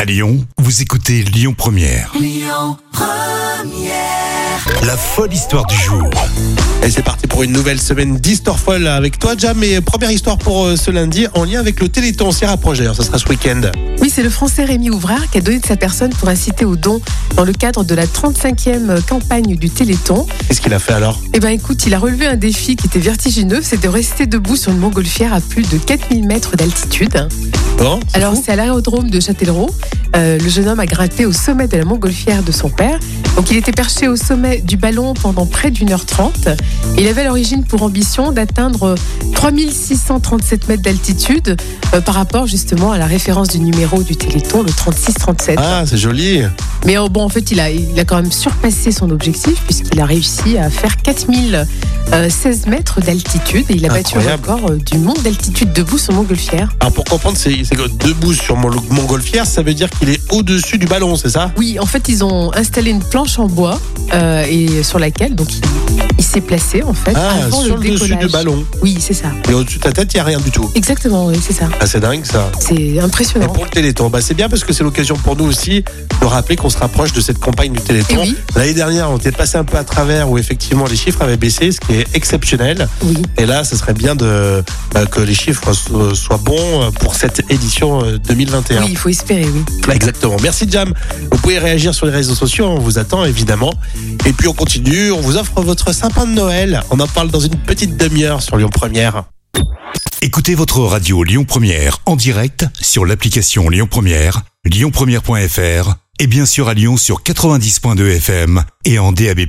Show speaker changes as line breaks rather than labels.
À Lyon, vous écoutez Lyon Première. Lyon Première. La folle histoire du jour.
Et c'est parti pour une nouvelle semaine d'Histoire Folle avec toi, Jam. Et première histoire pour euh, ce lundi en lien avec le Téléthon. On s'y rapproche d'ailleurs, ça sera ce week-end.
Oui, c'est le français Rémi Ouvrard qui a donné de sa personne pour inciter au don dans le cadre de la 35e campagne du Téléthon.
Qu'est-ce qu'il a fait alors
Eh bien écoute, il a relevé un défi qui était vertigineux, c'est de rester debout sur une montgolfière à plus de 4000 mètres d'altitude.
Bon, c'est
Alors
fou
c'est à l'aérodrome de Châtellerault. Euh, le jeune homme a grimpé au sommet de la montgolfière de son père. Donc il était perché au sommet du ballon pendant près d'une heure trente. Il avait à l'origine pour ambition d'atteindre 3637 mètres d'altitude euh, par rapport justement à la référence du numéro du Téléthon, le 3637.
Ah, c'est joli.
Mais euh, bon, en fait, il a, il a quand même surpassé son objectif puisqu'il a réussi à faire 4016 mètres d'altitude et il a battu le
Incroyable.
record euh, du monde d'altitude debout sur montgolfière.
Alors pour comprendre, c'est c'est que debout sur mon montgolfière, ça veut dire qu'il est au-dessus du ballon, c'est ça
Oui, en fait, ils ont installé une planche en bois euh, et sur laquelle donc il, il s'est placé en fait
Ah,
avant
sur le, dessus
décollage.
du ballon.
Oui, c'est ça.
Et au-dessus de ta tête, il n'y a rien du tout.
Exactement, oui, c'est ça.
Ah, c'est dingue ça.
C'est
Et
impressionnant.
pour le Téléthon, bah, c'est bien parce que c'est l'occasion pour nous aussi de rappeler qu'on se rapproche de cette campagne du
Et
Téléthon.
Eh oui,
L'année dernière, on était passé un peu à travers où effectivement les chiffres avaient baissé, ce qui est exceptionnel.
oui.
Et là, ce serait bien de, bah, que les chiffres so- soient bons euh, pour cette édition euh, 2021.
Oui, il faut espérer, oui.
Bah, Exactement. Merci Jam. Vous pouvez réagir sur les réseaux sociaux, on vous attend évidemment. Et puis on continue, on vous offre votre sapin de Noël. On en parle dans une petite demi-heure sur Lyon Première.
Écoutez votre radio Lyon Première en direct sur l'application Lyon Première, lyonpremière.fr et bien sûr à Lyon sur 90.2 FM et en DAB+.